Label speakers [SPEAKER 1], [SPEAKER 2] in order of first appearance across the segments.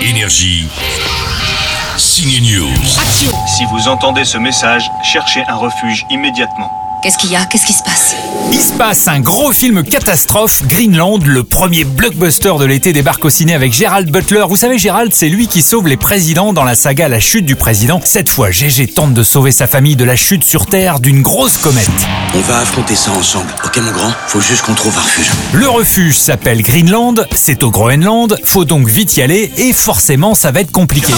[SPEAKER 1] Énergie. Signe News.
[SPEAKER 2] Action
[SPEAKER 3] Si vous entendez ce message, cherchez un refuge immédiatement.
[SPEAKER 2] Qu'est-ce qu'il y a Qu'est-ce qui se passe
[SPEAKER 4] Il se passe un gros film catastrophe, Greenland, le premier blockbuster de l'été débarque au ciné avec Gerald Butler. Vous savez Gerald, c'est lui qui sauve les présidents dans la saga La chute du président. Cette fois, GG tente de sauver sa famille de la chute sur Terre d'une grosse comète.
[SPEAKER 5] On va affronter ça ensemble, ok mon grand Faut juste qu'on trouve un refuge.
[SPEAKER 4] Le refuge s'appelle Greenland, c'est au Groenland, faut donc vite y aller et forcément ça va être compliqué.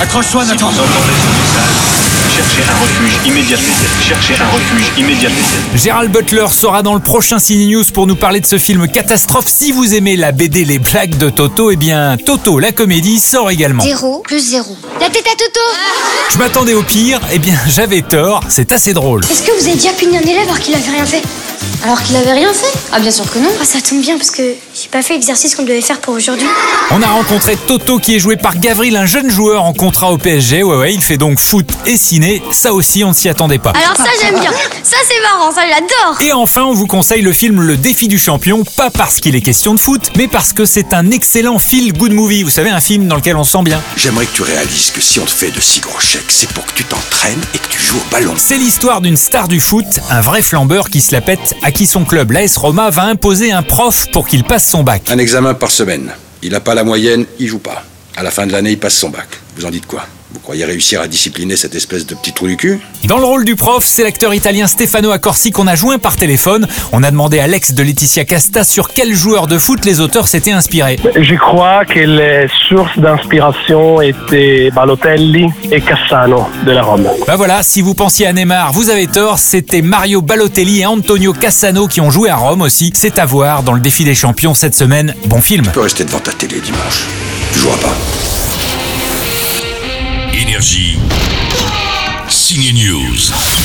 [SPEAKER 5] Accroche-toi
[SPEAKER 3] Si vous entendez ce message, cherchez un refuge immédiatement. Cherchez un refuge immédiatement.
[SPEAKER 4] Gérald Butler sera dans le prochain Cine News pour nous parler de ce film catastrophe. Si vous aimez la BD Les Blagues de Toto, eh bien Toto, la comédie, sort également.
[SPEAKER 6] 0 plus 0. La tête à Toto
[SPEAKER 4] Je m'attendais au pire, eh bien j'avais tort, c'est assez drôle.
[SPEAKER 6] Est-ce que vous avez déjà puni un élève alors qu'il avait rien fait Alors qu'il avait rien fait Ah bien sûr que non. Ah ça tombe bien parce que j'ai pas fait l'exercice qu'on devait faire pour aujourd'hui.
[SPEAKER 4] On a rencontré Toto qui est joué par Gavril, un jeune joueur en contrat au PSG. Ouais ouais, il fait donc foot et ciné, ça aussi on ne s'y attendait pas.
[SPEAKER 6] Alors ça j'aime bien. Ça c'est marrant, ça j'adore.
[SPEAKER 4] Et enfin, on vous conseille le film Le défi du champion, pas parce qu'il est question de foot, mais parce que c'est un excellent feel good movie, vous savez, un film dans lequel on se sent bien.
[SPEAKER 5] J'aimerais que tu réalises que si on te fait de si gros chèques, c'est pour que tu t'entraînes et que tu joues au ballon.
[SPEAKER 4] C'est l'histoire d'une star du foot, un vrai flambeur qui se la pète, à qui son club, l'AS Roma, va imposer un prof pour qu'il passe son bac.
[SPEAKER 7] Un examen par semaine. Il n'a pas la moyenne, il joue pas. À la fin de l'année, il passe son bac. Vous en dites quoi Vous croyez réussir à discipliner cette espèce de petit trou du cul
[SPEAKER 4] Dans le rôle du prof, c'est l'acteur italien Stefano Accorsi qu'on a joint par téléphone. On a demandé à l'ex de Laetitia Casta sur quel joueur de foot les auteurs s'étaient inspirés.
[SPEAKER 8] Je crois que les sources d'inspiration étaient Balotelli et Cassano de la Rome.
[SPEAKER 4] Bah voilà, si vous pensiez à Neymar, vous avez tort, c'était Mario Balotelli et Antonio Cassano qui ont joué à Rome aussi. C'est à voir dans le défi des champions cette semaine. Bon film.
[SPEAKER 7] Tu peux rester devant ta télé dimanche. Tu joueras pas.
[SPEAKER 1] Énergie. Signe News.